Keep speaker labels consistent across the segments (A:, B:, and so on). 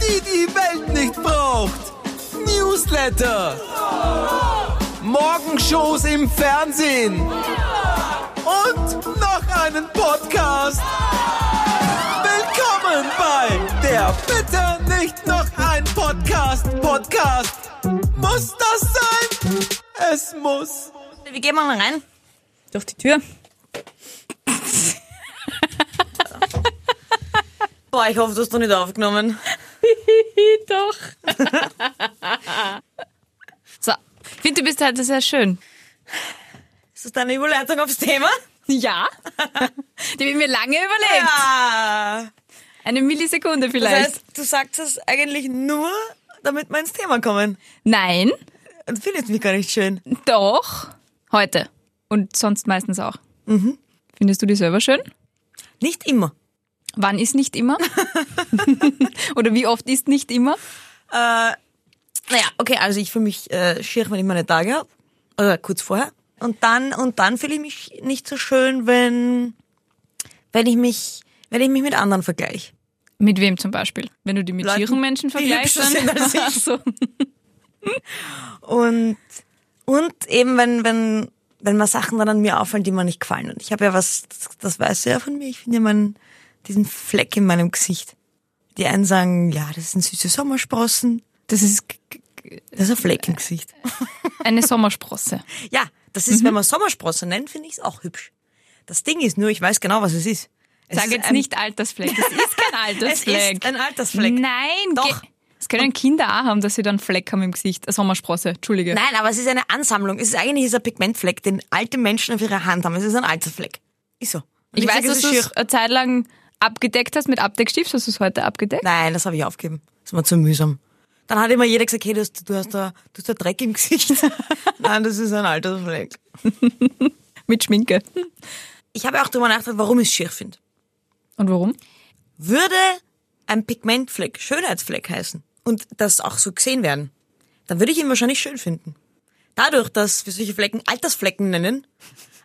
A: die die Welt nicht braucht. Newsletter. Morgenshows im Fernsehen. Und noch einen Podcast. Willkommen bei der Bitte nicht noch ein Podcast. Podcast. Muss das sein? Es muss.
B: Wir gehen mal rein.
C: Durch die Tür.
B: Boah, ich hoffe, du hast du nicht aufgenommen.
C: Doch. so. Ich finde, du bist heute sehr schön.
B: Ist das deine Überleitung aufs Thema?
C: Ja. Die haben mir lange überlegt.
B: Ja.
C: Eine Millisekunde
B: Das
C: vielleicht.
B: heißt, du sagst es eigentlich nur, damit wir ins Thema kommen.
C: Nein.
B: Und findest mich gar nicht schön.
C: Doch. Heute. Und sonst meistens auch.
B: Mhm.
C: Findest du die selber schön?
B: Nicht immer.
C: Wann ist nicht immer? Oder wie oft ist nicht immer?
B: Naja, okay, also ich fühle mich äh, schier, wenn ich meine Tage habe. Oder kurz vorher. Und dann, und dann fühle ich mich nicht so schön, wenn, wenn ich mich, wenn ich mich mit anderen vergleiche.
C: Mit wem zum Beispiel? Wenn du die mit
B: Leuten,
C: schieren Menschen
B: die
C: vergleichst,
B: hübscher
C: dann
B: sind als ich.
C: Ach so.
B: Und, und eben, wenn, wenn, wenn mir Sachen dann an mir auffallen, die mir nicht gefallen. Und ich habe ja was, das, das weißt du ja von mir, ich finde ja meinen, diesen Fleck in meinem Gesicht. Die einen sagen, ja, das sind süße Sommersprossen.
C: Das ist k- k-
B: Das ist ein Fleck im Gesicht.
C: eine Sommersprosse.
B: Ja, das
C: Mhm.
B: ist, wenn man Sommersprossen nennt, finde ich es auch hübsch. Das Ding ist nur, ich weiß genau, was es ist. Es
C: Sag
B: ist
C: jetzt
B: ein-
C: nicht Altersfleck. Das ist kein
B: Es
C: Altersfleck.
B: ist ein Altersfleck.
C: Nein,
B: Doch.
C: ge- Das können Kinder auch haben, dass sie dann Fleck haben im Gesicht. Eine Sommersprosse, Entschuldige.
B: Nein, aber es ist eine Ansammlung. Es ist eigentlich dieser Pigmentfleck, den alte Menschen auf ihrer Hand haben. Es ist ein Altersfleck. Ist so. Und
C: ich weiß,
B: sage, es
C: dass
B: ist
C: du
B: schier.
C: es eine Zeit lang abgedeckt hast mit Abdeckstift. Hast du es heute abgedeckt?
B: Nein, das habe ich aufgegeben. Das war zu mühsam. Dann hat immer jeder gesagt, hey, du hast, du hast, da, du hast da Dreck im Gesicht. Nein, das ist ein alter Fleck.
C: Mit Schminke.
B: Ich habe auch darüber nachgedacht, warum ich es schier finde.
C: Und warum?
B: Würde ein Pigmentfleck Schönheitsfleck heißen und das auch so gesehen werden, dann würde ich ihn wahrscheinlich schön finden. Dadurch, dass wir solche Flecken Altersflecken nennen,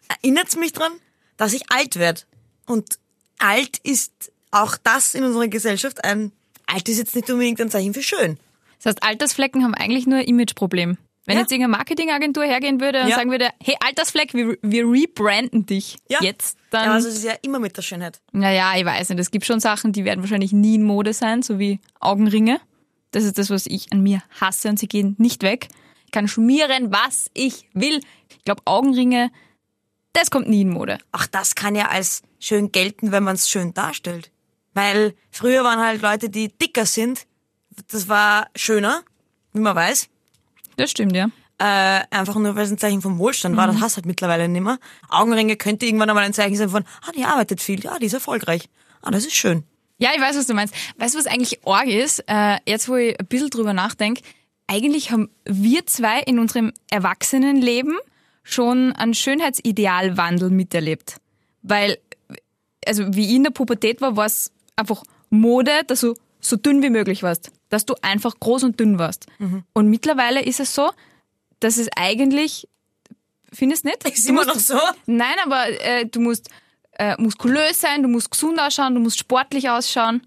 B: erinnert es mich dran, dass ich alt werde. Und alt ist auch das in unserer Gesellschaft ein... Alt ist jetzt nicht unbedingt ein Zeichen für schön.
C: Das heißt, Altersflecken haben eigentlich nur ein Imageproblem. Wenn
B: Ja.
C: jetzt irgendeine Marketingagentur hergehen würde und
B: Ja.
C: sagen würde, hey, Altersfleck, wir, wir rebranden dich
B: Ja.
C: jetzt,
B: Ja,
C: dann,
B: also es ist ja immer mit der Schönheit.
C: naja, ich weiß nicht, es gibt schon Sachen, die werden wahrscheinlich nie in Mode sein, so wie Augenringe. Das ist das, was ich an mir hasse und sie gehen nicht weg. Ich kann schmieren, was ich will. Ich glaube, Augenringe, das kommt nie in Mode.
B: Auch das kann ja als schön gelten, wenn man es schön darstellt. Weil früher waren halt Leute, die dicker sind. Das war schöner, wie man weiß.
C: Das stimmt, ja.
B: Äh, einfach nur, weil es ein Zeichen vom Wohlstand war.
C: Mhm.
B: Das hast du halt mittlerweile nicht mehr. Augenringe könnte irgendwann einmal ein Zeichen sein von, ah, die arbeitet viel, ja, die ist erfolgreich. Ah, das ist schön.
C: Ja, ich weiß, was du meinst. Weißt du, was eigentlich arg ist? Äh, jetzt, wo ich ein bisschen drüber nachdenke, eigentlich haben wir zwei in unserem Erwachsenenleben schon einen Schönheitsidealwandel miterlebt. Weil, also wie ich in der Pubertät war, war es einfach Mode, dass du so dünn wie möglich warst. Dass du einfach groß und dünn warst.
B: Mhm.
C: Und mittlerweile ist es so, dass es eigentlich, findest du nicht?
B: Ist
C: Du
B: immer
C: musst-
B: noch so?
C: Nein, aber äh, du musst äh, muskulös sein, du musst gesund ausschauen, du musst sportlich ausschauen.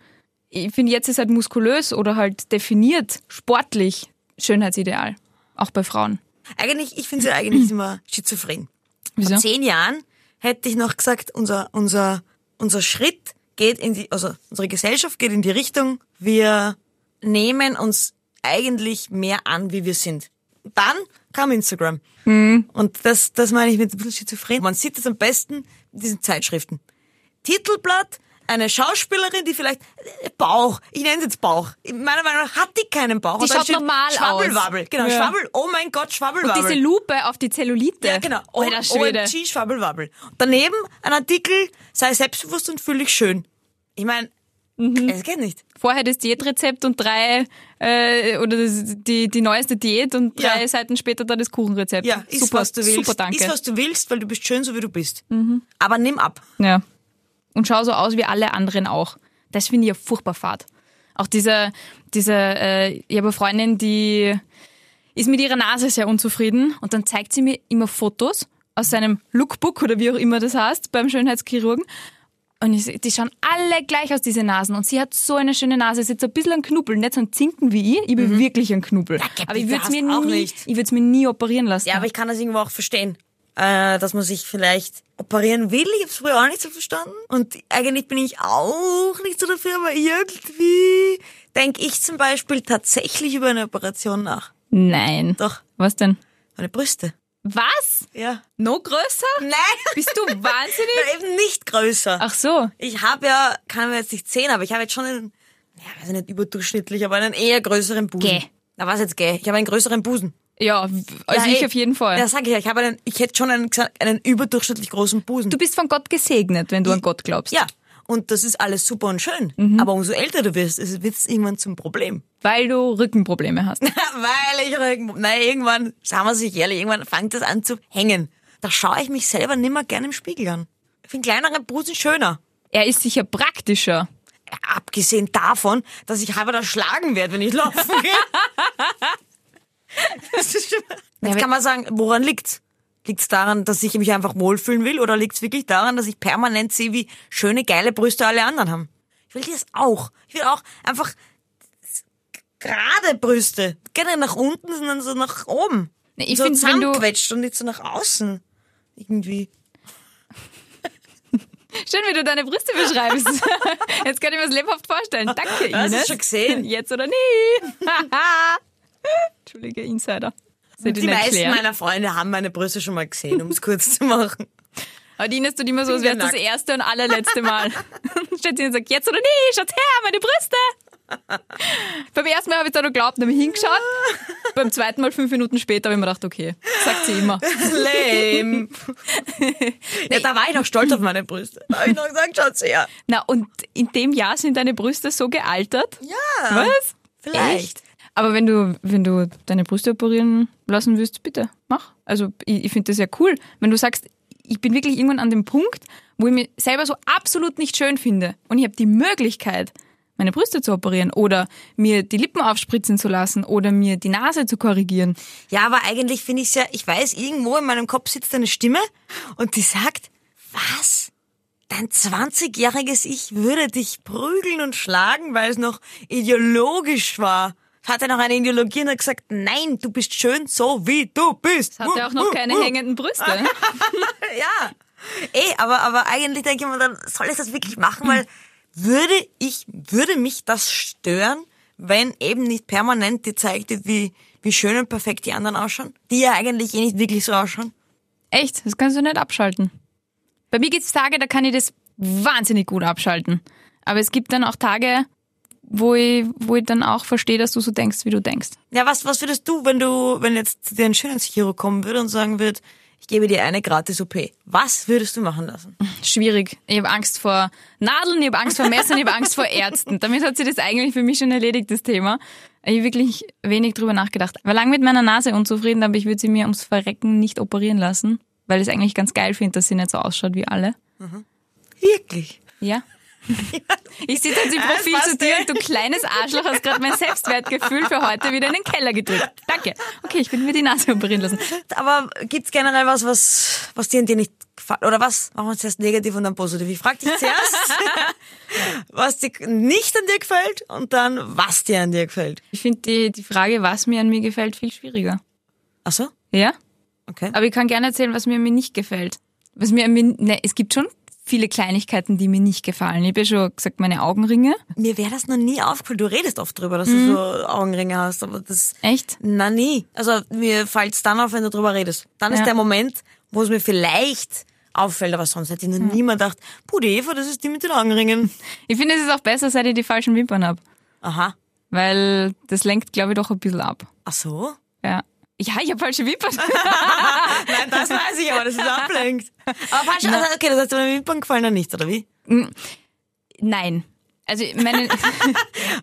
C: Ich finde, jetzt ist halt muskulös oder halt definiert sportlich Schönheitsideal. Auch bei Frauen.
B: Eigentlich, ich finde sie eigentlich immer schizophren.
C: Wieso?
B: Vor zehn Jahren hätte ich noch gesagt, unser, unser, unser Schritt geht in die, also unsere Gesellschaft geht in die Richtung, wir nehmen uns eigentlich mehr an, wie wir sind. Dann kam Instagram.
C: Hm.
B: Und das, das meine ich mit ein bisschen schizophren. Man sieht das am besten in diesen Zeitschriften. Titelblatt, eine Schauspielerin, die vielleicht äh, Bauch, ich nenne es jetzt Bauch. Meiner Meinung nach hat die keinen Bauch. Und dann
C: schaut
B: steht
C: normal aus.
B: Schwabbelwabbel, genau,
C: Ja.
B: Schwabbel, oh mein Gott, Schwabbelwabbel.
C: Diese Lupe auf die Zellulite. Oh,
B: Ja, genau.
C: Alter Schwede.
B: OMG, Schwabbelwabbel. Daneben ein Artikel, sei selbstbewusst und fühl dich schön. Ich meine, es geht nicht.
C: Vorher das Diätrezept und drei, äh, oder das, die, die neueste Diät und
B: Ja.
C: drei Seiten später dann das Kuchenrezept.
B: Ja, iss,
C: super,
B: was du willst.
C: super, danke.
B: Iss, was du willst, weil du bist schön, so wie du bist. Aber nimm ab.
C: Ja. Und schau so aus wie alle anderen auch. Das finde ich ja furchtbar fad. Auch diese, diese, äh, ich habe eine Freundin, die ist mit ihrer Nase sehr unzufrieden und dann zeigt sie mir immer Fotos aus seinem Lookbook oder wie auch immer das heißt beim Schönheitschirurgen Und ich, seh- die schauen alle gleich aus, diese Nasen. Und sie hat so eine schöne Nase. Sie hat so ein bisschen einen Knubbel. Nicht so einen Zinken wie ich. Ich
B: Mhm.
C: bin wirklich ein Knubbel.
B: geh,
C: aber ich
B: bitte,
C: würde es mir,
B: hast auch
C: nie-
B: nicht.
C: ich würd's mir nie operieren lassen.
B: Ja, aber ich kann das irgendwo auch verstehen, äh, dass man sich vielleicht operieren will. Ich habe es früher auch nicht so verstanden. Und eigentlich bin ich auch nicht so dafür, aber irgendwie denke ich zum Beispiel tatsächlich über eine Operation nach.
C: Nein.
B: Doch,
C: Was denn?
B: meine Brüste.
C: Was?
B: Ja.
C: No größer?
B: Nein,
C: Bist du wahnsinnig?
B: Na, eben nicht größer.
C: Ach so.
B: Ich habe ja, kann man jetzt nicht sehen, aber ich habe jetzt schon einen, ja, weiß ich nicht, überdurchschnittlich, aber einen eher größeren Busen.
C: Gäh.
B: Na was jetzt gäh? Ich habe einen größeren Busen.
C: Ja, w- also
B: Ja,
C: ich
B: ey,
C: auf jeden Fall.
B: Ja, sag ich ja. Ich, habe einen, ich hätte schon einen, einen überdurchschnittlich großen Busen.
C: du bist von Gott gesegnet, wenn du an Gott glaubst. Mhm.
B: Ja. Und das ist alles super und schön. Aber umso älter du wirst, es wird es irgendwann zum Problem.
C: Weil du Rückenprobleme hast.
B: Weil ich irgendwo, nein, irgendwann, sagen wir sich ehrlich, irgendwann fängt das an zu hängen. Da schaue ich mich selber nimmer gern im Spiegel an. Ich finde kleinere Busen schöner.
C: Er ist sicher praktischer.
B: Abgesehen davon, dass ich halber da schlagen werde, wenn ich laufen gehe. das ist schon, jetzt kann man sagen, woran liegt's? Liegt's daran, dass ich mich einfach wohlfühlen will oder liegt's wirklich daran, dass ich permanent sehe, wie schöne, geile Brüste alle anderen haben? Ich will das auch. Ich will auch einfach gerade Brüste. Gerne nach unten, sondern so nach oben.
C: Nee, ich
B: so
C: find's, wenn du-
B: zusammenquetscht und nicht so nach außen. Irgendwie.
C: Schön, wie du deine Brüste beschreibst. Jetzt kann ich mir das lebhaft vorstellen. Danke, Ines.
B: Hast du schon gesehen?
C: Jetzt oder nie. Entschuldige, Insider. Sind
B: Die meisten meiner Freunde haben meine Brüste schon mal gesehen, um es kurz zu machen.
C: Aber die Ines tut immer so, als wäre es das
B: Nackt.
C: erste und allerletzte Mal. Steht sie und sagt, jetzt oder nie, schaut her, meine Brüste. beim ersten Mal habe ich da noch geglaubt, und habe hingeschaut. beim zweiten Mal, fünf Minuten später, habe ich mir gedacht, okay, sagt sie immer.
B: Lame. ja, da war ich noch stolz auf meine Brüste. Da habe ich noch gesagt, schaut sie her.
C: Na, und in dem Jahr sind deine Brüste so gealtert?
B: Ja.
C: Was?
B: Vielleicht.
C: Echt? Aber wenn du, wenn du deine Brüste operieren lassen willst, bitte, mach. Also ich, ich finde das ja cool. Wenn du sagst, ich bin wirklich irgendwann an dem Punkt, wo ich mich selber so absolut nicht schön finde und ich habe die Möglichkeit, meine Brüste zu operieren oder mir die Lippen aufspritzen zu lassen oder mir die Nase zu korrigieren.
B: Ja, aber eigentlich finde ich es ja, ich weiß, irgendwo in meinem Kopf sitzt eine Stimme und die sagt, was? Dein 20-jähriges Ich würde dich prügeln und schlagen, weil es noch ideologisch war. Es hatte noch eine Ideologie und hat gesagt, nein, du bist schön so, wie du bist.
C: Das hat ja auch noch keine hängenden Brüste.
B: Ja. Ey, aber, aber eigentlich denke ich mir dann, soll ich das wirklich machen? Weil würde ich, würde mich das stören, wenn eben nicht permanent gezeigt wird, wie, wie schön und perfekt die anderen ausschauen? Die ja eigentlich eh nicht wirklich so ausschauen.
C: Echt, das kannst du nicht abschalten. Bei mir gibt's Tage, da kann ich das wahnsinnig gut abschalten. Aber es gibt dann auch Tage, wo ich, wo ich dann auch verstehe, dass du so denkst, wie du denkst.
B: Ja, was, was würdest du, wenn du, wenn jetzt zu dir ein Schönheitschirurg kommen würde und sagen wird, ich gebe dir eine gratis OP. Was würdest du machen lassen?
C: Schwierig. Ich habe Angst vor Nadeln, ich habe Angst vor Messern, ich habe Angst vor Ärzten. Damit hat sich das eigentlich für mich schon erledigt, das Thema. Ich habe wirklich wenig drüber nachgedacht. War lang mit meiner Nase unzufrieden, aber ich würde sie mir ums Verrecken nicht operieren lassen, weil ich es eigentlich ganz geil finde, dass sie nicht so ausschaut wie alle.
B: Wirklich?
C: Ja. Ich sitze jetzt im Profil
B: passt,
C: zu dir
B: ey.
C: und du kleines Arschloch hast gerade mein Selbstwertgefühl für heute wieder in den Keller gedrückt. Danke. Okay, ich bin mir die Nase operieren lassen.
B: Aber gibt's generell was, was, was dir und dir nicht gefällt? Oder was? Machen wir zuerst negativ und dann positiv. Ich frage dich zuerst, was dir nicht an dir gefällt und dann, was dir an dir gefällt.
C: Ich finde die, die Frage, was mir an mir gefällt, viel schwieriger.
B: Ach so?
C: Ja?
B: Okay.
C: Aber ich kann gerne erzählen, was mir an mir nicht gefällt. Was mir an mir, ne, es gibt schon viele Kleinigkeiten, die mir nicht gefallen. Ich habe ja schon gesagt, meine Augenringe.
B: Mir wäre das noch nie aufgefallen. Du redest oft drüber, dass du so Augenringe hast, aber das...
C: Echt?
B: Na nie. Also mir fällt's dann auf, wenn du drüber redest. Dann
C: Ja.
B: ist der Moment, wo es mir vielleicht auffällt, aber sonst hätte ich noch niemand gedacht, puh, die Eva, das ist die mit den Augenringen.
C: Ich finde, es ist auch besser, seit ich die falschen Wimpern habe.
B: Aha.
C: Weil das lenkt, glaube ich, doch ein bisschen ab.
B: Ach so?
C: Ja. Ja, ich habe falsche Wimpern.
B: Nein, das weiß ich, aber das ist ablenkt. Aber falsch, also, okay, das heißt, deine Wimpern gefallen dann nicht, oder wie?
C: Nein. Also meine,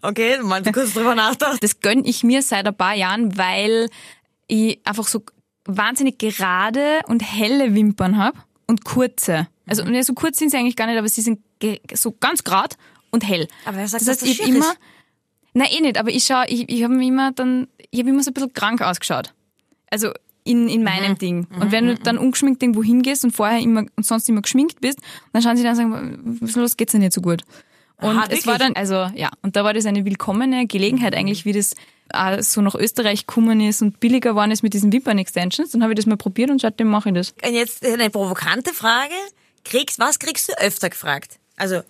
B: Okay, mal kurz drüber nachdacht.
C: das gönn ich mir seit ein paar Jahren, weil ich einfach so wahnsinnig gerade und helle Wimpern habe und kurze. Also ne, so kurz sind sie eigentlich gar nicht, aber sie sind ge- so ganz grad und hell.
B: Aber wer sagt,
C: das heißt,
B: dass das
C: ich hab
B: schier
C: immer,
B: ist?
C: na eh nicht, aber ich schau, ich, ich habe immer dann, ich habe immer so ein bisschen krank ausgeschaut. Also ich in, in meinem
B: Mhm.
C: Ding. Und wenn du dann ungeschminkt irgendwo hingehst und vorher immer und sonst immer geschminkt bist, dann schauen sie dann und sagen, was ist los, geht's dir nicht so gut. Und
B: Aha,
C: es
B: wirklich?
C: war dann, also ja, und da war das eine willkommene Gelegenheit eigentlich, wie das auch so nach Österreich gekommen ist und billiger geworden ist mit diesen Wimpern-Extensions. Dann habe ich das mal probiert und seitdem mache ich das.
B: Und Äh, jetzt eine provokante Frage. Kriegst, was kriegst du öfter gefragt? Also,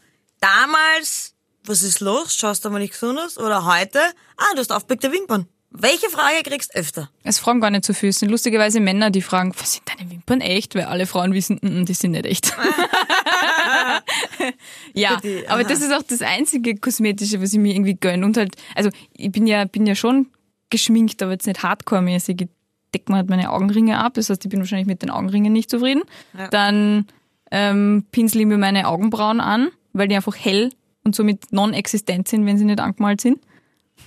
B: damals, was ist los? Schaust du mal nicht gesund aus? Oder heute, ah, du hast aufblickte Wimpern. Welche Frage kriegst du öfter?
C: Es fragen gar nicht so viel. Es sind lustigerweise Männer, die fragen, was sind deine Wimpern echt? Weil alle Frauen wissen, mm, mm, die sind nicht echt. ja,
B: Bitte,
C: aber
B: aha.
C: das ist auch das einzige kosmetische, was ich mir irgendwie gönne. Und halt, also ich bin ja, bin ja schon geschminkt, aber jetzt nicht hardcore-mäßig. Ich decke mir halt meine Augenringe ab. Das heißt, ich bin wahrscheinlich mit den Augenringen nicht zufrieden. Dann ähm, pinsel ich mir meine Augenbrauen an, weil die einfach hell und somit non-existent sind, wenn sie nicht angemalt sind.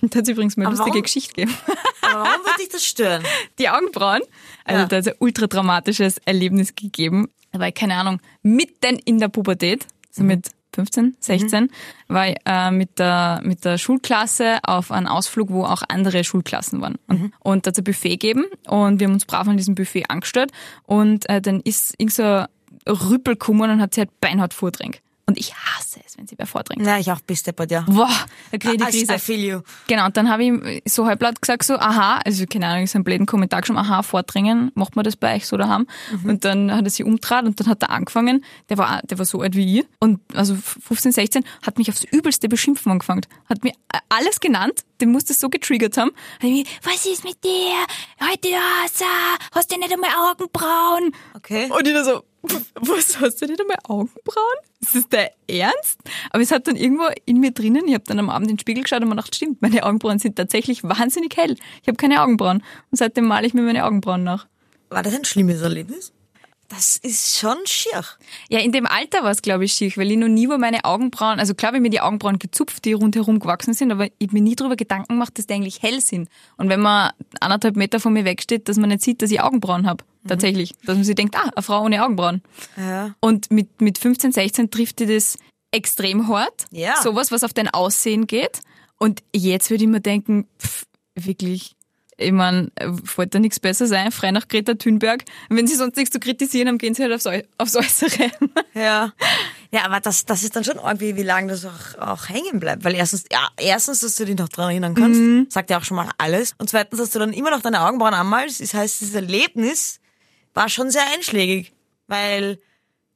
C: Da hat es übrigens mal eine
B: Aber
C: lustige
B: warum-
C: Geschichte gegeben
B: Aber warum würde dich das stören?
C: die Augenbrauen. Also
B: Ja.
C: da ist ein ultra dramatisches Erlebnis gegeben. Da war ich, keine Ahnung, mitten in der Pubertät, so mit 15, 16, war ich äh, mit, der, mit der Schulklasse auf einen Ausflug, wo auch andere Schulklassen waren. Und da hat es ein Buffet gegeben und wir haben uns brav an diesem Buffet angestellt und äh, dann ist irgend so ein Rüppel gekommen und hat sie halt beinhart vordrängt. Und ich hasse es, wenn sie wer vordrängt.
B: Na, ich auch bis deppert, ja.
C: Boah, da kriege ich
B: I,
C: die Krise.
B: Ah, I feel you.
C: Genau, und dann habe ich ihm so halblaut gesagt, so, aha, also keine Ahnung, ist ein blöden Kommentar geschrieben, aha, vordrängen, macht man das bei euch so daheim. Und dann hat er sich umtrat und dann hat er angefangen, der war, der war so alt wie ich, und also 15, 16, hat mich aufs Übelste beschimpfen angefangen. Hat mir alles genannt, den muss das so getriggert haben. Hat mich, was ist mit dir? Heute, Asa, hast du nicht einmal Augenbrauen?
B: Okay.
C: Und ich da so, pff, was hast du nicht einmal Augenbrauen? Ist das der Ernst? Aber es hat dann irgendwo in mir drinnen, ich habe dann am Abend in den Spiegel geschaut und mir gedacht, stimmt, meine Augenbrauen sind tatsächlich wahnsinnig hell. Ich habe keine Augenbrauen. Und seitdem male ich mir meine Augenbrauen nach.
B: War das ein schlimmes Erlebnis? Das ist schon schier.
C: Ja, in dem Alter war es, glaube ich, schier, weil ich noch nie über meine Augenbrauen, also klar, habe ich mir die Augenbrauen gezupft, die rundherum gewachsen sind, aber ich hab mir nie darüber Gedanken gemacht, dass die eigentlich hell sind. Und wenn man anderthalb Meter von mir wegsteht, dass man nicht sieht, dass ich Augenbrauen habe. Tatsächlich. Dass man sich denkt, ah, eine Frau ohne Augenbrauen.
B: Ja.
C: Und mit, mit 15, 16 trifft dir das extrem hart.
B: Ja.
C: Sowas, was auf dein Aussehen geht. Und jetzt würde ich mir denken, pff, wirklich, ich meine, äh, wollte da nichts besser sein, frei nach Greta Thunberg. Wenn sie sonst nichts zu kritisieren haben, gehen sie halt aufs, Äu aufs Äußere.
B: Ja. Ja, aber das, das ist dann schon irgendwie, wie lange das auch, auch hängen bleibt. Weil erstens, ja, erstens, dass du dich noch dran erinnern kannst,
C: Mhm.
B: sagt ja auch schon mal alles. Und zweitens, dass du dann immer noch deine Augenbrauen anmalst, das heißt, dieses Erlebnis war schon sehr einschlägig. Weil,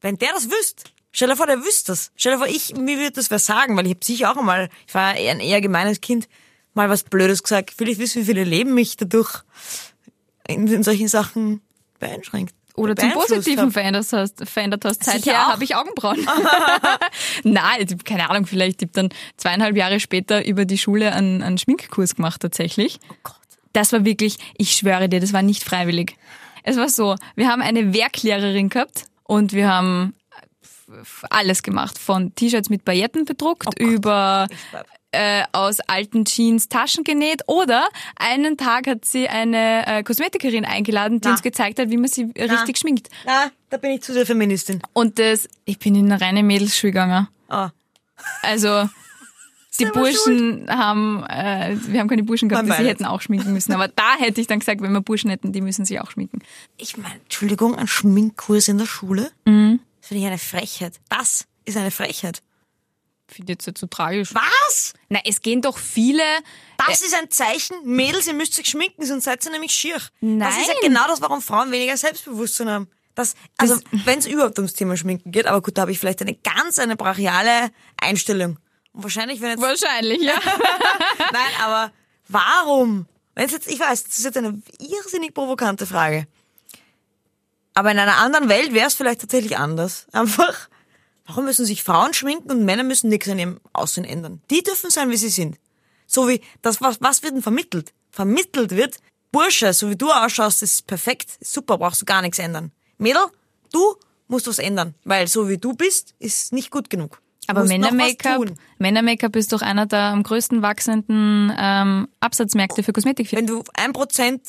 B: wenn der das wüsste, stell dir vor, der wüsste das. Stell dir vor, ich, mir würde das wer sagen, weil ich habe sicher auch einmal, ich war eher ein eher gemeines Kind, mal was Blödes gesagt. Ich will nicht wissen, wie viele Leben mich dadurch in, in solchen Sachen beeinschränkt.
C: Oder zum
B: beeinflusst
C: Positiven
B: hab.
C: verändert hast, verändert hast.
B: Sicher
C: Seither
B: auch.
C: habe ich Augenbrauen. Nein, ich hab keine Ahnung, vielleicht ich hab dann zweieinhalb Jahre später über die Schule einen, einen Schminkkurs gemacht tatsächlich.
B: Oh Gott.
C: Das war wirklich, ich schwöre dir, das war nicht freiwillig. Es war so, wir haben eine Werklehrerin gehabt und wir haben f- alles gemacht. Von T-Shirts mit Pailletten
B: Oh
C: bedruckt über
B: bleib.
C: äh, aus alten Jeans Taschen genäht oder einen Tag hat sie eine äh, Kosmetikerin eingeladen, die
B: Na.
C: uns gezeigt hat, wie man sie richtig schminkt.
B: Na, da bin ich zu sehr Feministin.
C: Und das, ich bin in eine reine Mädelsschule gegangen.
B: Ah.
C: Also die
B: Selber
C: Burschen haben, äh, wir haben keine Burschen gehabt,
B: Man
C: die sie
B: weiß.
C: hätten auch schminken müssen. Aber da hätte ich dann gesagt, wenn wir Burschen hätten, die müssen sich auch schminken.
B: Ich meine, Entschuldigung, ein Schminkkurs in der Schule? Das finde ich eine Frechheit. Das ist eine Frechheit.
C: Finde ich jetzt nicht so tragisch.
B: Was?
C: Na, es gehen doch viele.
B: Das ist ein Zeichen, Mädels, ihr müsst euch schminken, sonst seid ihr nämlich schier. Das ist ja
C: Nein.
B: genau das, warum Frauen weniger Selbstbewusstsein haben. Das, also, wenn es überhaupt ums Thema Schminken geht, aber gut, da habe ich vielleicht eine ganz, eine brachiale Einstellung. Und wahrscheinlich, wenn jetzt
C: Wahrscheinlich, ja.
B: Nein, aber warum? Wenn's jetzt, ich weiß, das ist jetzt eine irrsinnig provokante Frage. Aber in einer anderen Welt wäre es vielleicht tatsächlich anders. Einfach, warum müssen sich Frauen schminken und Männer müssen nichts an ihrem Aussehen ändern? Die dürfen sein, wie sie sind. So wie das, was, was wird denn vermittelt? Vermittelt wird, Bursche, so wie du ausschaust, ist perfekt, ist super, brauchst du gar nichts ändern. Mädel, du musst was ändern, weil so wie du bist, ist nicht gut genug. Du
C: Aber
B: musst noch was
C: Männer-Make-up
B: tun.
C: Männer ist doch einer der am größten wachsenden ähm, Absatzmärkte für Kosmetik.
B: wenn du 1%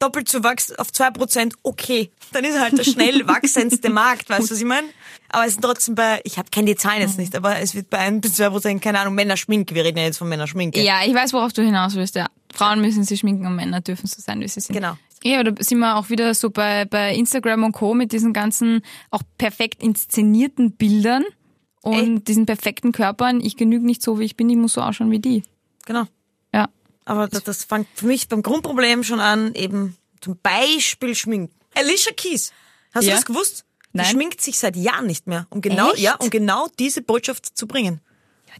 B: doppelt so wachst auf 2%, okay, dann ist halt der schnell wachsendste Markt, weißt du, was ich meine? Aber es sind trotzdem bei, ich hab kenne die Zahlen jetzt nicht, aber es wird bei 1 bis 2%, keine Ahnung, Männerschminke, wir reden ja jetzt von Männerschminke.
C: Ja, ich weiß, worauf du hinaus willst. Ja. Frauen müssen sich schminken und Männer dürfen so sein, wie sie sind.
B: Genau.
C: Ja, oder sind wir auch wieder so bei, bei Instagram und Co. mit diesen ganzen auch perfekt inszenierten Bildern und diesen perfekten Körpern. Ich genüge nicht so, wie ich bin, ich muss so ausschauen wie die.
B: Genau.
C: Ja.
B: Aber das, das fängt für mich beim Grundproblem schon an, eben zum Beispiel Schminken. Alicia Keys, hast
C: Ja.
B: du das gewusst?
C: Nein.
B: Die schminkt sich seit Jahren nicht mehr, um genau,
C: Echt?
B: ja, um genau diese Botschaft zu bringen.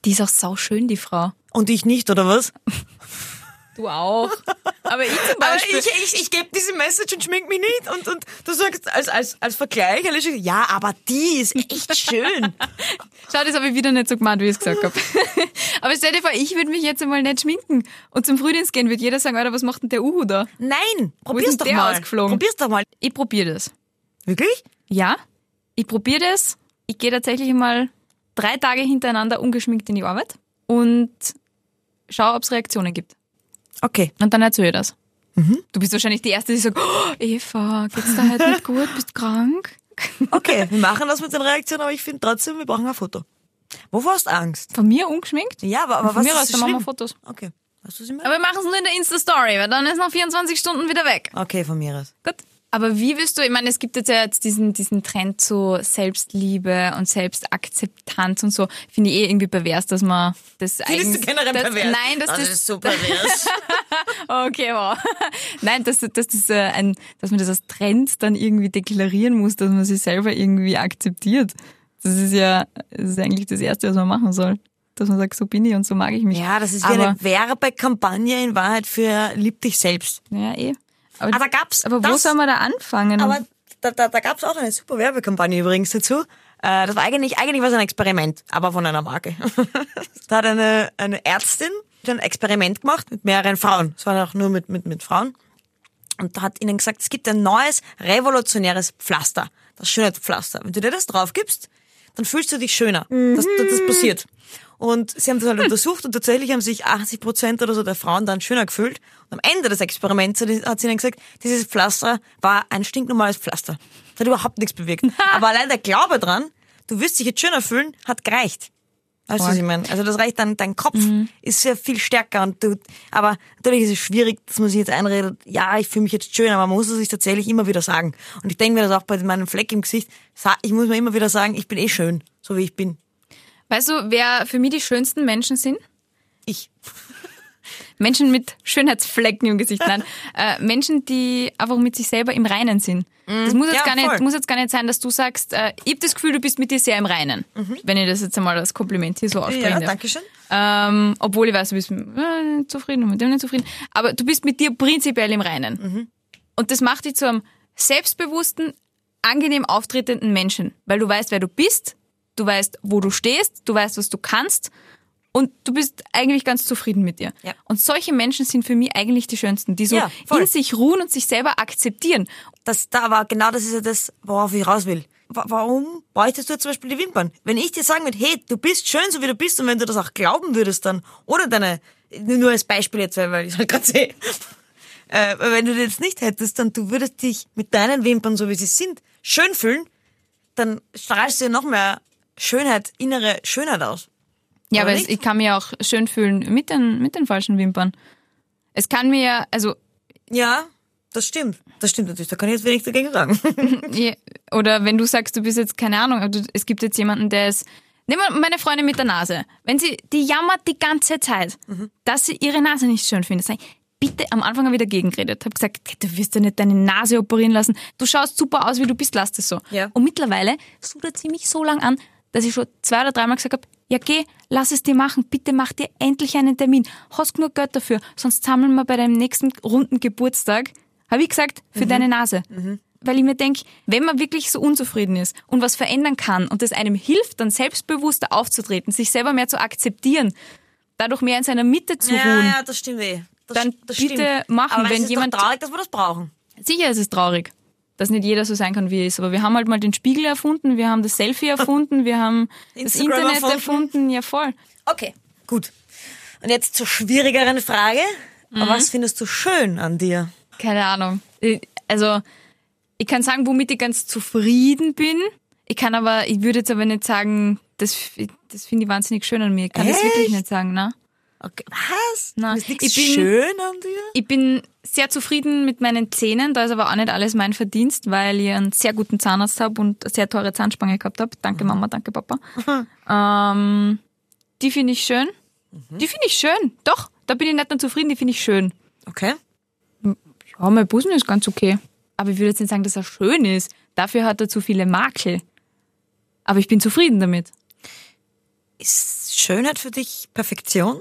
C: Die ist auch sauschön, die Frau.
B: Und ich nicht, oder was?
C: Du auch. Aber ich zum
B: Aber
C: Beispiel.
B: ich, ich, ich gebe diese Message und schmink mich nicht. Und, und du sagst als, als, als Vergleich, Alicia, ja, aber die ist echt schön.
C: Schau, das habe ich wieder nicht so gemeint, wie ich es gesagt habe. Aber stell dir vor, ich würde mich jetzt einmal nicht schminken. Und zum Frühdienst gehen wird jeder sagen, Alter, was macht denn der Uhu da?
B: Nein, probier's
C: denn
B: doch
C: der
B: mal.
C: ausgeflogen?
B: Probier's doch mal.
C: Ich probiere das.
B: Wirklich?
C: Ja, ich probiere das. Ich gehe tatsächlich mal drei Tage hintereinander ungeschminkt in die Arbeit und schaue, ob es Reaktionen gibt.
B: Okay.
C: Und dann erzähle ich das.
B: Mhm.
C: Du bist wahrscheinlich die Erste, die sagt, oh, Eva, geht's dir heute nicht gut? Bist du krank?
B: Okay, wir machen das mit den Reaktionen, aber ich finde trotzdem, wir brauchen ein Foto. Wovor hast du Angst?
C: Von mir ungeschminkt?
B: Ja, aber, aber
C: Von
B: was
C: mir aus,
B: ist so
C: dann machen wir
B: schlimm?
C: Fotos.
B: Okay. Hast du sie mal?
C: Aber wir machen es nur in der Insta-Story, weil dann ist nach 24 Stunden wieder weg.
B: Okay, von mir aus.
C: Gut. Aber wie wirst du, ich meine, es gibt jetzt ja jetzt diesen, diesen Trend zu Selbstliebe und Selbstakzeptanz und so. Finde ich eh irgendwie pervers, dass man das
B: Findest
C: eigentlich.
B: du generell
C: dass,
B: pervers?
C: Nein, dass das,
B: so pervers.
C: Okay, wow. Nein, dass, dass, das, äh, ein, dass man das als Trend dann irgendwie deklarieren muss, dass man sich selber irgendwie akzeptiert. Das ist ja das ist eigentlich das Erste, was man machen soll. Dass man sagt, so bin ich und so mag ich mich.
B: ja, das ist wie
C: aber,
B: eine Werbekampagne in Wahrheit für Lieb dich selbst.
C: Ja, eh.
B: Ah, da gab's
C: aber wo
B: das-
C: soll man da anfangen?
B: Aber da, da, da gab es auch eine super Werbekampagne übrigens dazu. Äh, Das war eigentlich, eigentlich war es ein Experiment, aber von einer Marke. da hat eine, eine Ärztin ein Experiment gemacht mit mehreren Frauen. Es waren auch nur mit, mit, mit Frauen. Und da hat ihnen gesagt, es gibt ein neues, revolutionäres Pflaster. Das Schönheitspflaster. Wenn du dir das drauf gibst, dann fühlst du dich schöner. Das, das, das passiert. Und sie haben das halt untersucht und tatsächlich haben sich 80 Prozent oder so der Frauen dann schöner gefühlt. Und am Ende des Experiments hat hat sie ihnen gesagt, dieses Pflaster war ein stinknormales Pflaster. Das hat überhaupt nichts bewirkt. Aber allein der Glaube dran, du wirst dich jetzt schöner fühlen, hat gereicht. Weißt du, was ich meine? Also das reicht dann, dein Kopf ist sehr viel stärker und du, aber natürlich ist es schwierig, dass man sich jetzt einredet, ja, ich fühle mich jetzt schön, aber man muss es sich tatsächlich immer wieder sagen. Und ich denke mir das auch bei meinem Fleck im Gesicht, sa- ich muss mir immer wieder sagen, ich bin eh schön, so wie ich bin.
C: weißt du, wer für mich die schönsten Menschen sind?
B: Ich.
C: Menschen mit Schönheitsflecken im Gesicht, nein. äh, Menschen, die einfach mit sich selber im Reinen sind. Das muss jetzt,
B: Mhm. ja,
C: gar nicht,
B: voll.
C: muss jetzt gar nicht sein, dass du sagst, äh, ich habe das Gefühl, du bist mit dir sehr im Reinen.
B: Mhm.
C: Wenn ich das jetzt einmal als Kompliment hier so ausspreche.
B: Dankeschön.
C: Ähm, obwohl ich weiß, du bist mit, äh, nicht zufrieden und mit dem nicht zufrieden. Aber du bist mit dir prinzipiell im Reinen.
B: Mhm.
C: Und das macht dich zu einem selbstbewussten, angenehm auftretenden Menschen. Weil du weißt, wer du bist, du weißt, wo du stehst, du weißt, was du kannst und du bist eigentlich ganz zufrieden mit dir.
B: Ja.
C: Und solche Menschen sind für mich eigentlich die schönsten, die so
B: Ja, voll.
C: in sich ruhen und sich selber akzeptieren.
B: Das, da war genau das ist ja das, worauf ich raus will. Wa- Warum bräuchtest du jetzt zum Beispiel die Wimpern? Wenn ich dir sagen würde, hey, du bist schön, so wie du bist, und wenn du das auch glauben würdest, dann, oder deine, nur als Beispiel jetzt, weil weil ich es halt gerade sehe, äh, wenn du das jetzt nicht hättest, dann du würdest dich mit deinen Wimpern, so wie sie sind, schön fühlen, dann strahlst du ja noch mehr Schönheit, innere Schönheit aus.
C: Ja,
B: Oder
C: aber es,
B: nicht?
C: ich kann mich auch schön fühlen mit den, mit den falschen Wimpern. Es kann mir ja, also
B: Ja, das stimmt. Das stimmt natürlich, da kann ich jetzt wenig dagegen sagen.
C: Ja, oder wenn du sagst, du bist jetzt, keine Ahnung, du- es gibt jetzt jemanden, der ist. Nimm mal meine Freundin mit der Nase. Wenn sie, die jammert die ganze Zeit, dass sie ihre Nase nicht schön findet, sag ich, bitte, am Anfang habe ich dagegen geredet. Habe gesagt, du wirst ja nicht deine Nase operieren lassen. Du schaust super aus, wie du bist, lass das so.
B: Ja.
C: Und mittlerweile sudert sie mich so lang an, dass ich schon zwei oder dreimal gesagt habe, ja geh, lass es dir machen, bitte mach dir endlich einen Termin. Hast genug Geld dafür, sonst sammeln wir bei deinem nächsten runden Geburtstag, habe ich gesagt, für deine Nase. Weil ich mir denke, wenn man wirklich so unzufrieden ist und was verändern kann und das einem hilft, dann selbstbewusster aufzutreten, sich selber mehr zu akzeptieren, dadurch mehr in seiner Mitte zu
B: Ja,
C: ruhen.
B: ja, das stimmt eh. Das,
C: Dann
B: das
C: bitte
B: stimmt.
C: machen,
B: Aber es
C: wenn
B: ist
C: jemand-
B: Doch traurig, dass wir das brauchen.
C: Sicher ist es traurig, dass nicht jeder so sein kann, wie er ist. Aber wir haben halt mal den Spiegel erfunden, wir haben das Selfie erfunden, wir haben das
B: Instagram
C: Internet erfunden.
B: erfunden.
C: Ja, voll.
B: Okay. Gut. Und jetzt zur schwierigeren Frage. Was findest du schön an dir?
C: Keine Ahnung. Ich- Also, ich kann sagen, womit ich ganz zufrieden bin. Ich kann aber, ich würde jetzt aber nicht sagen, das, f- das finde ich wahnsinnig schön an mir. Ich kann das wirklich
B: Echt?
C: nicht sagen, ne?
B: Okay. Was?
C: Nein,
B: Ist nichts
C: ich bin-
B: schön an dir?
C: Ich bin sehr zufrieden mit meinen Zähnen. Da ist aber auch nicht alles mein Verdienst, weil ich einen sehr guten Zahnarzt habe und eine sehr teure Zahnspange gehabt habe. Danke Mama, danke Papa. ähm, die finde ich schön. Die finde ich schön. Doch, da bin ich nicht nur zufrieden, die finde ich schön.
B: Okay.
C: Ja, mein Busen ist ganz okay. Aber ich würde jetzt nicht sagen, dass er schön ist. Dafür hat er zu viele Makel. Aber ich bin zufrieden damit.
B: Ist Schönheit für dich Perfektion?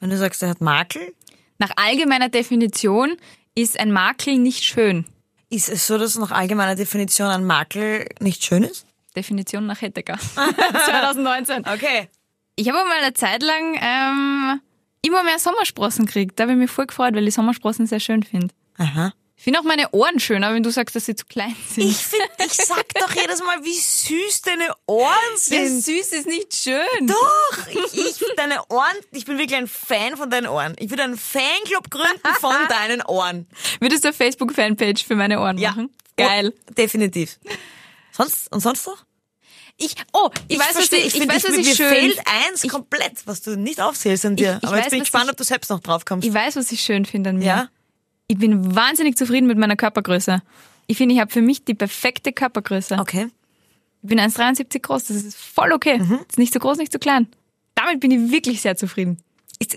B: Wenn du sagst, er hat Makel,
C: Nach allgemeiner Definition ist ein Makel nicht schön.
B: ist es so, dass nach allgemeiner Definition ein Makel nicht schön ist?
C: Definition nach Hettecker. 2019.
B: Okay.
C: Ich habe mal eine Zeit lang ähm, immer mehr Sommersprossen gekriegt. Da habe ich mich voll gefreut, weil ich Sommersprossen sehr schön finde.
B: Aha.
C: Ich finde auch meine Ohren schön, aber wenn du sagst, dass sie zu klein sind.
B: Ich finde, ich sag doch jedes Mal, wie süß deine Ohren
C: Ja,
B: sind.
C: süß ist nicht schön.
B: Doch, ich, ich, deine Ohren, ich bin wirklich ein Fan von deinen Ohren. Ich würde einen Fanclub gründen von deinen Ohren.
C: Würdest du eine Facebook-Fanpage für meine Ohren machen? Mhm. Geil.
B: Oh, definitiv. Sonst, und sonst noch?
C: Ich, oh, ich, weiß,
B: verstehe,
C: was ich,
B: find,
C: weiß, was ich
B: mir
C: schön
B: fehlt eins komplett, was du nicht aufzählst an dir.
C: Ich- ich
B: Aber jetzt
C: weiß,
B: bin ich
C: was
B: gespannt,
C: ich-
B: ob du selbst noch drauf kommst.
C: Ich weiß, was ich schön finde an mir.
B: Ja?
C: Ich bin wahnsinnig zufrieden mit meiner Körpergröße. Ich finde, ich habe für mich die perfekte Körpergröße.
B: Okay.
C: Ich bin 1,73 groß, das ist voll okay.
B: Mhm.
C: Ist nicht zu groß, nicht zu klein. Damit bin ich wirklich sehr zufrieden.
B: Ist,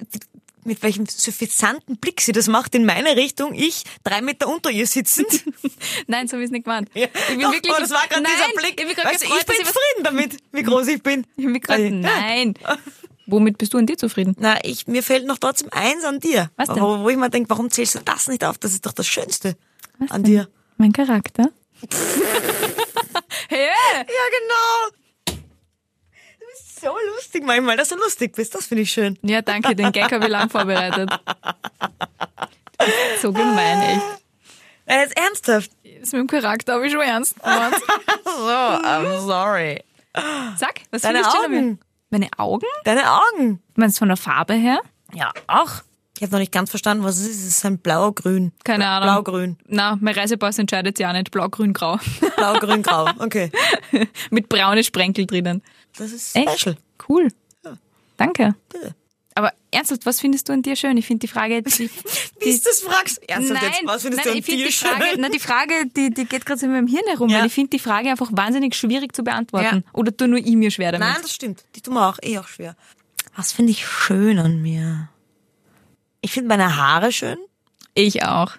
B: mit welchem suffisanten Blick sie das macht in meine Richtung, ich drei Meter unter ihr sitzend.
C: Nein, so wie es nicht gemeint. Ich bin
B: Doch,
C: wirklich.
B: aber das war gerade
C: nein,
B: dieser Blick.
C: Ich bin gerade
B: Weißt du, ich
C: gefreut, dass
B: bin
C: ich was.
B: zufrieden damit, wie groß ich bin.
C: Ich bin gerade. Nein. Womit bist du und dir zufrieden?
B: Na, ich, mir fällt noch trotzdem eins an dir.
C: Was denn?
B: Wo, wo ich mir denke, warum zählst du das nicht auf? Das ist doch das Schönste an dir.
C: Mein Charakter. hey,
B: Ja, genau. Du bist so lustig manchmal, dass du lustig bist. Das finde ich schön.
C: Ja, danke, den Gag habe ich lang vorbereitet. Du bist So gemein, echt.
B: Äh, jetzt ernsthaft.
C: Das mit dem Charakter habe ich schon ernst gemeint.
B: So, I'm sorry.
C: Sag, was
B: Deine
C: findest du an mir?
B: Augen.
C: Meine Augen?
B: Deine Augen.
C: Du meinst von der Farbe her?
B: Ja, auch. Ich habe noch nicht ganz verstanden, was es ist. Es ist ein blau-grün.
C: Keine Ahnung.
B: Blau-grün.
C: Na, mein Reisepass entscheidet ja auch nicht. Blau, grün, grau.
B: Blau-grün-grau. Okay.
C: Mit braune Sprenkel drinnen.
B: Das ist
C: Echt?
B: special.
C: Cool. Danke.
B: Bitte.
C: Aber ernsthaft, was findest du an dir schön? Ich finde die Frage, die,
B: Wie ist das fragst? Ernsthaft
C: nein,
B: jetzt? Was findest
C: nein,
B: du an
C: ich find
B: dir
C: die Frage,
B: schön?
C: nein, die Frage, die, die geht gerade so in meinem Hirn herum,
B: Ja.
C: weil ich finde die Frage einfach wahnsinnig schwierig zu beantworten.
B: Ja.
C: Oder tu nur ich mir schwer damit.
B: Nein, das stimmt. Die tun mir auch eh auch schwer. Was finde ich schön an mir? Ich finde meine Haare schön.
C: Ich auch.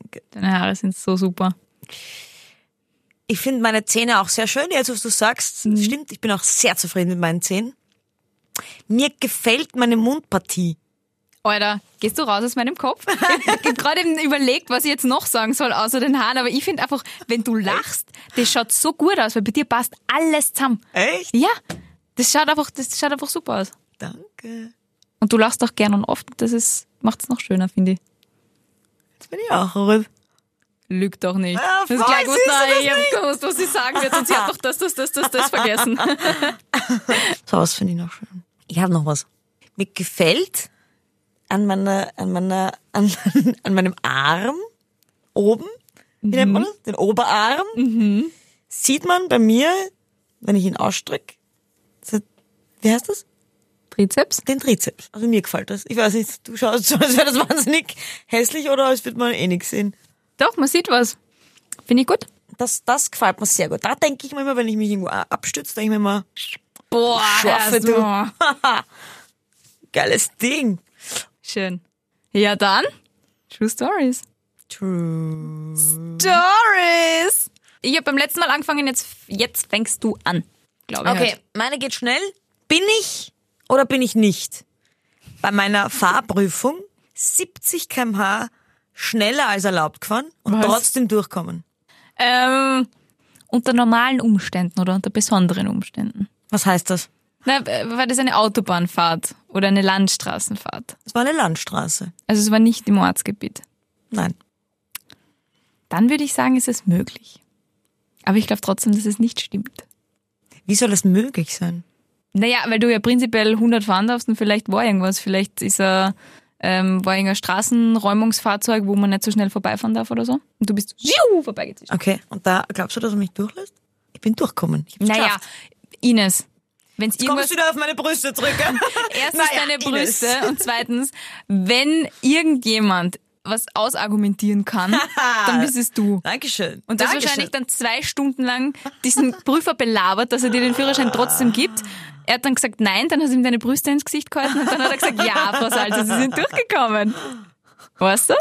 B: Danke.
C: Deine Haare sind so super.
B: Ich finde meine Zähne auch sehr schön. Jetzt, was du sagst, stimmt. Ich bin auch sehr zufrieden mit meinen Zähnen. Mir gefällt meine Mundpartie.
C: Alter, gehst du raus aus meinem Kopf? Ich habe gerade eben überlegt, was ich jetzt noch sagen soll, außer den Haaren. Aber ich finde einfach, wenn du lachst, das schaut so gut aus, weil bei dir passt alles zusammen.
B: Echt?
C: Ja, das schaut einfach, das schaut einfach super aus.
B: Danke.
C: Und du lachst auch gern und oft, das ist, macht's noch schöner, finde ich.
B: Jetzt bin ich auch rot.
C: Lügt doch nicht.
B: Ja, voll,
C: das ist gleich
B: siehst du das
C: ich hab gewusst, was sie sagen wird und sie hat doch das, das, das, das, das vergessen.
B: So was finde ich noch schön. Ich habe noch was. Mir gefällt an meiner, an meiner, an, an meinem Arm oben, wie nennt man das? Den Oberarm, Mhm. sieht man bei mir, wenn ich ihn ausstrecke, so- wie heißt das?
C: Trizeps?
B: Den Trizeps. Also mir gefällt das. Ich weiß nicht, du schaust so, als wäre das wahnsinnig hässlich oder als würde man eh nichts sehen.
C: Doch, man sieht was. Finde ich gut.
B: Das, das gefällt mir sehr gut. Da denke ich mir immer, wenn ich mich irgendwo abstütze, denke ich mir immer,
C: Boah, also.
B: Schaffe
C: erst
B: du.
C: mal.
B: geiles Ding.
C: Schön. Ja, dann. True Stories.
B: True.
C: Stories! Ich habe beim letzten Mal angefangen, jetzt, jetzt fängst du an. Glaube ich.
B: Okay,
C: Halt.
B: meine geht schnell. Bin ich oder bin ich nicht? Bei meiner Fahrprüfung 70 km/h schneller als erlaubt gefahren und
C: Was?
B: trotzdem durchkommen.
C: Ähm, unter normalen Umständen oder unter besonderen Umständen.
B: Was heißt das?
C: Na, äh, war das eine Autobahnfahrt oder eine Landstraßenfahrt?
B: Es war eine Landstraße.
C: Also es war nicht im Ortsgebiet.
B: Nein.
C: Dann würde ich sagen, ist es möglich. Aber ich glaube trotzdem, dass es nicht stimmt.
B: Wie soll das möglich sein?
C: Naja, weil du ja prinzipiell 100 fahren darfst und vielleicht war irgendwas. Vielleicht ist er, ähm, war irgendein Straßenräumungsfahrzeug, wo man nicht so schnell vorbeifahren darf oder so. Und du bist schiu, vorbeigezischt.
B: Okay, und da glaubst du, dass er mich durchlässt? Ich bin durchgekommen. Ich hab's
C: Naja,
B: geschafft.
C: Ines, wenn's irgendwas
B: Kommst du wieder auf meine Brüste zurück? gell?
C: erstens
B: Naja,
C: deine
B: Ines.
C: Brüste und zweitens, wenn irgendjemand was ausargumentieren kann, dann bist es du.
B: Dankeschön.
C: Und das
B: Dankeschön.
C: wahrscheinlich dann zwei Stunden lang diesen Prüfer belabert, dass er dir den Führerschein trotzdem gibt. Er hat dann gesagt, nein, dann hast du ihm deine Brüste ins Gesicht gehalten und dann hat er gesagt, ja, Frau Salzer, Sie sind durchgekommen. Weißt du?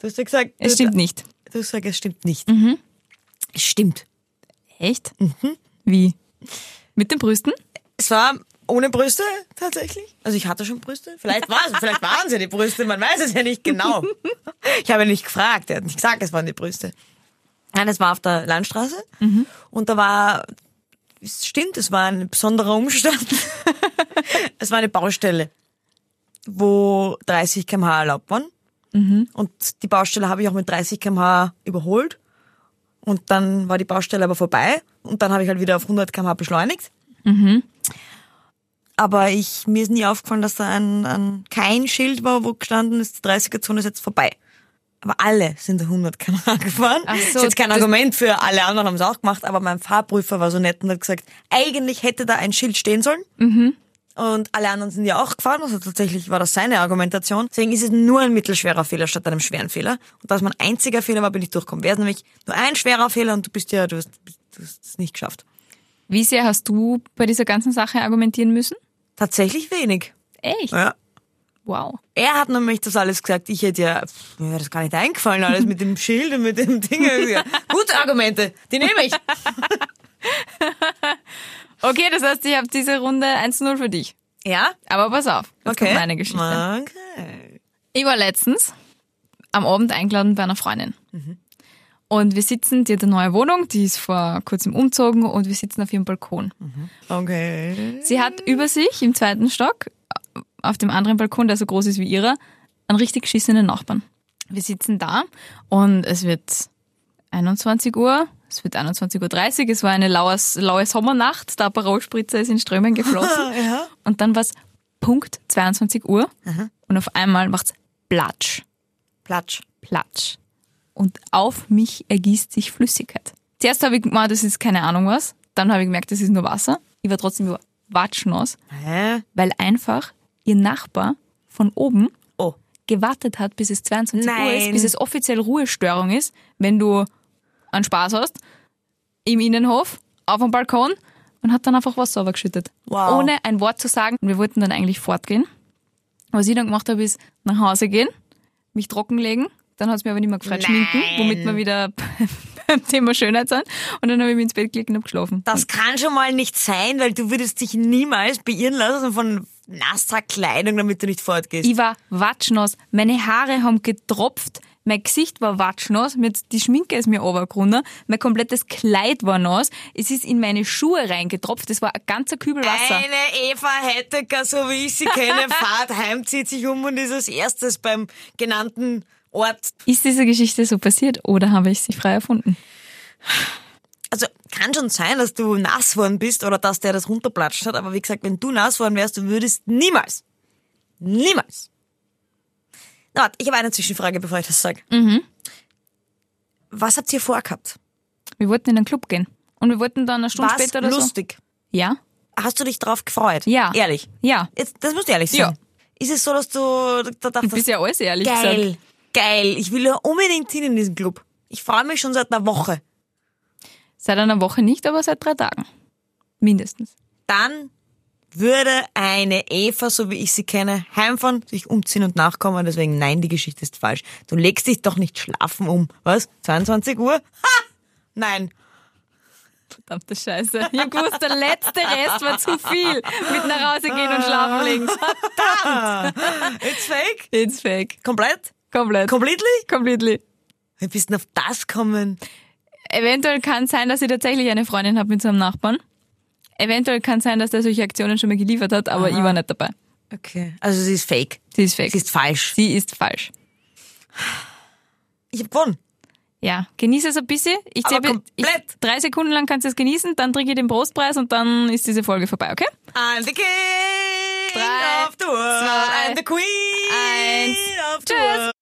B: Du hast ja gesagt,
C: Es
B: du-
C: stimmt Mhm. nicht.
B: Du hast gesagt, es stimmt nicht. Es stimmt.
C: Echt?
B: Mhm.
C: Wie? Mit den Brüsten?
B: Es war ohne Brüste tatsächlich. Also ich hatte schon Brüste. Vielleicht war es, vielleicht waren sie die Brüste. Man weiß es ja nicht genau. Ich habe ihn nicht gefragt. Er hat nicht gesagt, es waren die Brüste. Nein, es war auf der Landstraße. Und da war, es stimmt, es war ein besonderer Umstand. es war eine Baustelle, wo 30 km/h erlaubt waren. Und die Baustelle habe ich auch mit 30 km/h überholt. Und dann war die Baustelle aber vorbei. Und dann habe ich halt wieder auf 100 km/h beschleunigt. Aber ich, mir ist nie aufgefallen, dass da ein, ein, kein Schild war, wo gestanden ist, die 30er-Zone ist jetzt vorbei. Aber alle sind 100 km/h gefahren.
C: Ach so,
B: ist jetzt kein
C: das-
B: Argument für alle anderen haben es auch gemacht, aber mein Fahrprüfer war so nett und hat gesagt, eigentlich hätte da ein Schild stehen sollen.
C: Mhm.
B: Und alle anderen sind ja auch gefahren, also tatsächlich war das seine Argumentation. Deswegen ist es nur ein mittelschwerer Fehler statt einem schweren Fehler. Und da es mein einziger Fehler war, bin ich durchgekommen. Wäre es nämlich nur ein schwerer Fehler und du bist ja, du hast du hast es nicht geschafft.
C: Wie sehr hast du bei dieser ganzen Sache argumentieren müssen?
B: Tatsächlich wenig.
C: Echt?
B: Ja.
C: Wow.
B: Er hat nämlich das alles gesagt. Ich hätte ja, pff, mir wäre das gar nicht eingefallen, alles mit dem Schild und mit dem Ding. Ja, Gute Argumente, die nehme ich.
C: Okay, das heißt, ich habe diese Runde 1-0 für dich.
B: Ja?
C: Aber pass auf, das
B: Okay.
C: kommt meine Geschichte.
B: Okay.
C: Ich war letztens am Abend eingeladen bei einer Freundin. Und wir sitzen, die hat eine neue Wohnung, die ist vor kurzem umzogen und wir sitzen auf ihrem Balkon.
B: Okay.
C: Sie hat über sich im zweiten Stock, auf dem anderen Balkon, der so groß ist wie ihrer, einen richtig geschissenen Nachbarn. Wir sitzen da und es wird 21 Uhr, es wird 21.30 Uhr, es war eine laues, laue Sommernacht, der Aperol-Spritzer ist in Strömen geflossen.
B: Ja.
C: Und dann war es Punkt 22 Uhr und auf einmal macht's Platsch.
B: Platsch.
C: Platsch. Und auf mich ergießt sich Flüssigkeit. Zuerst habe ich gemeint, das ist keine Ahnung was. Dann habe ich gemerkt, das ist nur Wasser. Ich war trotzdem über watschnass,
B: Hä?
C: weil einfach ihr Nachbar von oben
B: Oh.
C: gewartet hat, bis es 22 Uhr
B: Nein.
C: ist, bis es offiziell Ruhestörung ist, wenn du einen Spaß hast, im Innenhof, auf dem Balkon und hat dann einfach Wasser geschüttet.
B: Wow.
C: Ohne ein Wort zu sagen. Und wir wollten dann eigentlich fortgehen. Was ich dann gemacht habe, ist nach Hause gehen, mich trocken legen, dann hat es mir aber nicht mehr gefreut, schminken, womit wir wieder beim Thema Schönheit sind. Und dann habe ich mich ins Bett gelegt und habe geschlafen.
B: Das kann schon mal nicht sein, weil du würdest dich niemals beirren lassen von nasser Kleidung, damit du nicht fortgehst.
C: Ich war watschnass. Meine Haare haben getropft. Mein Gesicht war watschnass. Mir- Die Schminke ist mir runtergerunnen. Mein komplettes Kleid war nass. Es ist in meine Schuhe reingetropft. Das war ein ganzer Kübel Wasser.
B: Eine Eva Hettecker, so wie ich sie kenne, fahrt heim, zieht sich um und ist als erstes beim genannten Ort
C: Ist diese Geschichte so passiert oder habe ich sie frei erfunden?
B: also kann schon sein, dass du nass worden bist oder dass der das runterplatscht hat, aber wie gesagt, wenn du nass worden wärst, du würdest niemals, niemals. Na, warte, ich habe eine Zwischenfrage, bevor ich das sage.
C: Mhm.
B: Was habt ihr vorgehabt?
C: Wir wollten in einen Club gehen. Und wir wollten dann eine Stunde
B: War's
C: später oder
B: lustig?
C: so. Ja?
B: Hast du dich drauf gefreut?
C: Ja.
B: Ehrlich?
C: Ja.
B: Jetzt, das musst du ehrlich sein.
C: Ja.
B: Ist es so, dass du da
C: Du
B: dachtest,
C: bist ja alles ehrlich
B: geil,
C: gesagt.
B: geil, ich will ja unbedingt hin in diesen Club. Ich freue mich schon seit einer Woche.
C: Seit einer Woche nicht, aber seit drei Tagen. Mindestens.
B: dann würde eine Eva, so wie ich sie kenne, heimfahren, sich umziehen und nachkommen. Deswegen, nein, die Geschichte ist falsch. Du legst dich doch nicht schlafen um. Was? 22 Uhr? Ha! Nein.
C: Verdammte Scheiße. Ich hab gewusst, der letzte Rest war zu viel. Mit nach Hause gehen und schlafen legen.
B: It's fake?
C: Ah. It's fake.
B: Komplett?
C: Komplett.
B: Completely?
C: Completely.
B: Wie bist denn auf das kommen?
C: Eventuell kann sein, dass ich tatsächlich eine Freundin habe mit so einem Nachbarn. Eventuell kann sein, dass der solche Aktionen schon mal geliefert hat, aber ich war nicht dabei.
B: Okay. Also sie ist fake.
C: Sie ist fake.
B: Sie ist falsch.
C: Sie ist falsch.
B: Ich hab gewonnen.
C: Ja, genieße es ein bisschen. Ich
B: Aber
C: zähle ich,
B: komplett.
C: drei Sekunden lang kannst du es genießen, dann trinke ich den Prostpreis und dann ist diese Folge vorbei, okay?
B: I'm the king
C: Drei,
B: of the world.
C: zwei,
B: I'm the queen
C: eins.
B: of the
C: Tschüss.
B: world.